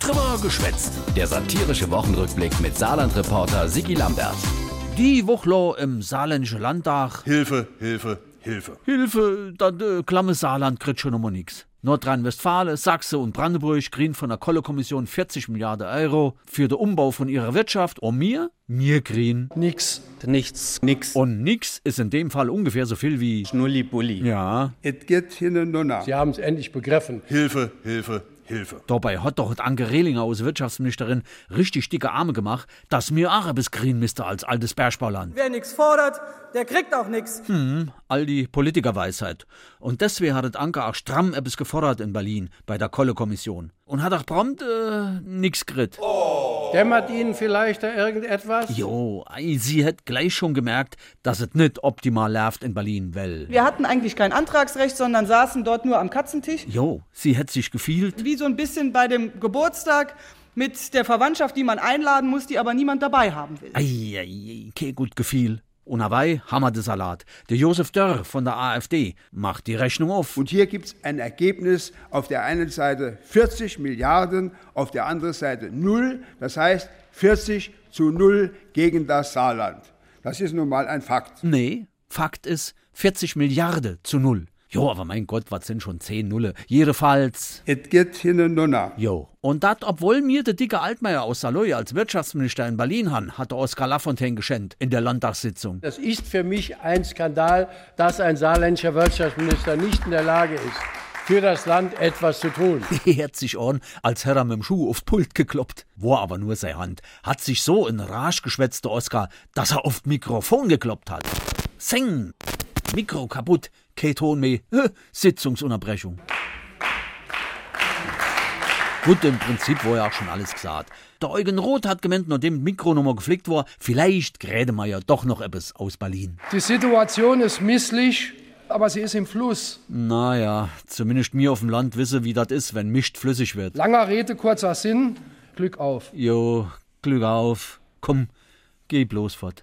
Trimmer geschwätzt. Der satirische Wochenrückblick mit Saarland-Reporter Sigi Lambert. Die Wochler im saarländischen Landtag. Hilfe, Hilfe, Hilfe. Hilfe, dann äh, klamme Saarland kriegt schon immer nix. Nordrhein-Westfalen, Sachsen und Brandenburg kriegen von der Kolle-Kommission 40 Milliarden Euro für den Umbau von ihrer Wirtschaft. Und mir? Mir kriegen. Nix. Nichts. Nix. Und nix ist in dem Fall ungefähr so viel wie. Nullibulli. Ja. Es geht hin und her. Sie haben es endlich begriffen. Hilfe, Hilfe, Hilfe. Dabei hat doch Anke Rehlinger als Wirtschaftsministerin richtig dicke Arme gemacht, dass mir Arabes kriegen müsste als altes Bergspauland. Wer nichts fordert, der kriegt auch nichts. all die Politikerweisheit. Und deswegen hat Anke auch stramm etwas gefordert in Berlin bei der Kolle-Kommission. Und hat auch prompt äh, nix grit. Dämmert Ihnen vielleicht da irgendetwas? Jo, ei, sie hätt gleich schon gemerkt, dass es nicht optimal läuft in Berlin, weil. Wir hatten eigentlich kein Antragsrecht, sondern saßen dort nur am Katzentisch. Jo, sie hätt sich gefielt. Wie so ein bisschen bei dem Geburtstag mit der Verwandtschaft, die man einladen muss, die aber niemand dabei haben will. Ei, ei, ei, kei gut gefiel. Und dabei hammer de Salat. Der Josef Dörr von der AfD macht die Rechnung auf. Und hier gibt es ein Ergebnis auf der einen Seite 40 Milliarden, auf der anderen Seite null. Das heißt 40 zu null gegen das Saarland. Das ist nun mal ein Fakt. Nee, Fakt ist 40 Milliarden zu null. Jo, aber mein Gott, was sind schon 10 Nulle? Jedenfalls. Es geht hin und her. Jo. Und dat, obwohl mir der dicke Altmaier aus Saloy als Wirtschaftsminister in Berlin han, hat der Oskar Lafontaine geschenkt in der Landtagssitzung. Das ist für mich ein Skandal, dass ein saarländischer Wirtschaftsminister nicht in der Lage ist, für das Land etwas zu tun. Er hat sich an, als hätte er mit dem Schuh aufs Pult gekloppt. War aber nur sei Hand. Hat sich so in Rage geschwätzt, der Oskar, dass er oft Mikrofon gekloppt hat. Seng! Mikro kaputt, Keton meh. Sitzungsunterbrechung. Gut, im Prinzip war ja auch schon alles gesagt. Der Eugen Roth hat gemeint, nachdem die Mikronummer geflickt war, vielleicht gräde man ja doch noch etwas aus Berlin. Die Situation ist misslich, aber sie ist im Fluss. Naja, zumindest mir auf dem Land wisse, wie das ist, wenn mischt flüssig wird. Langer Rede, kurzer Sinn. Glück auf. Jo, Glück auf. Komm, geh bloß fort.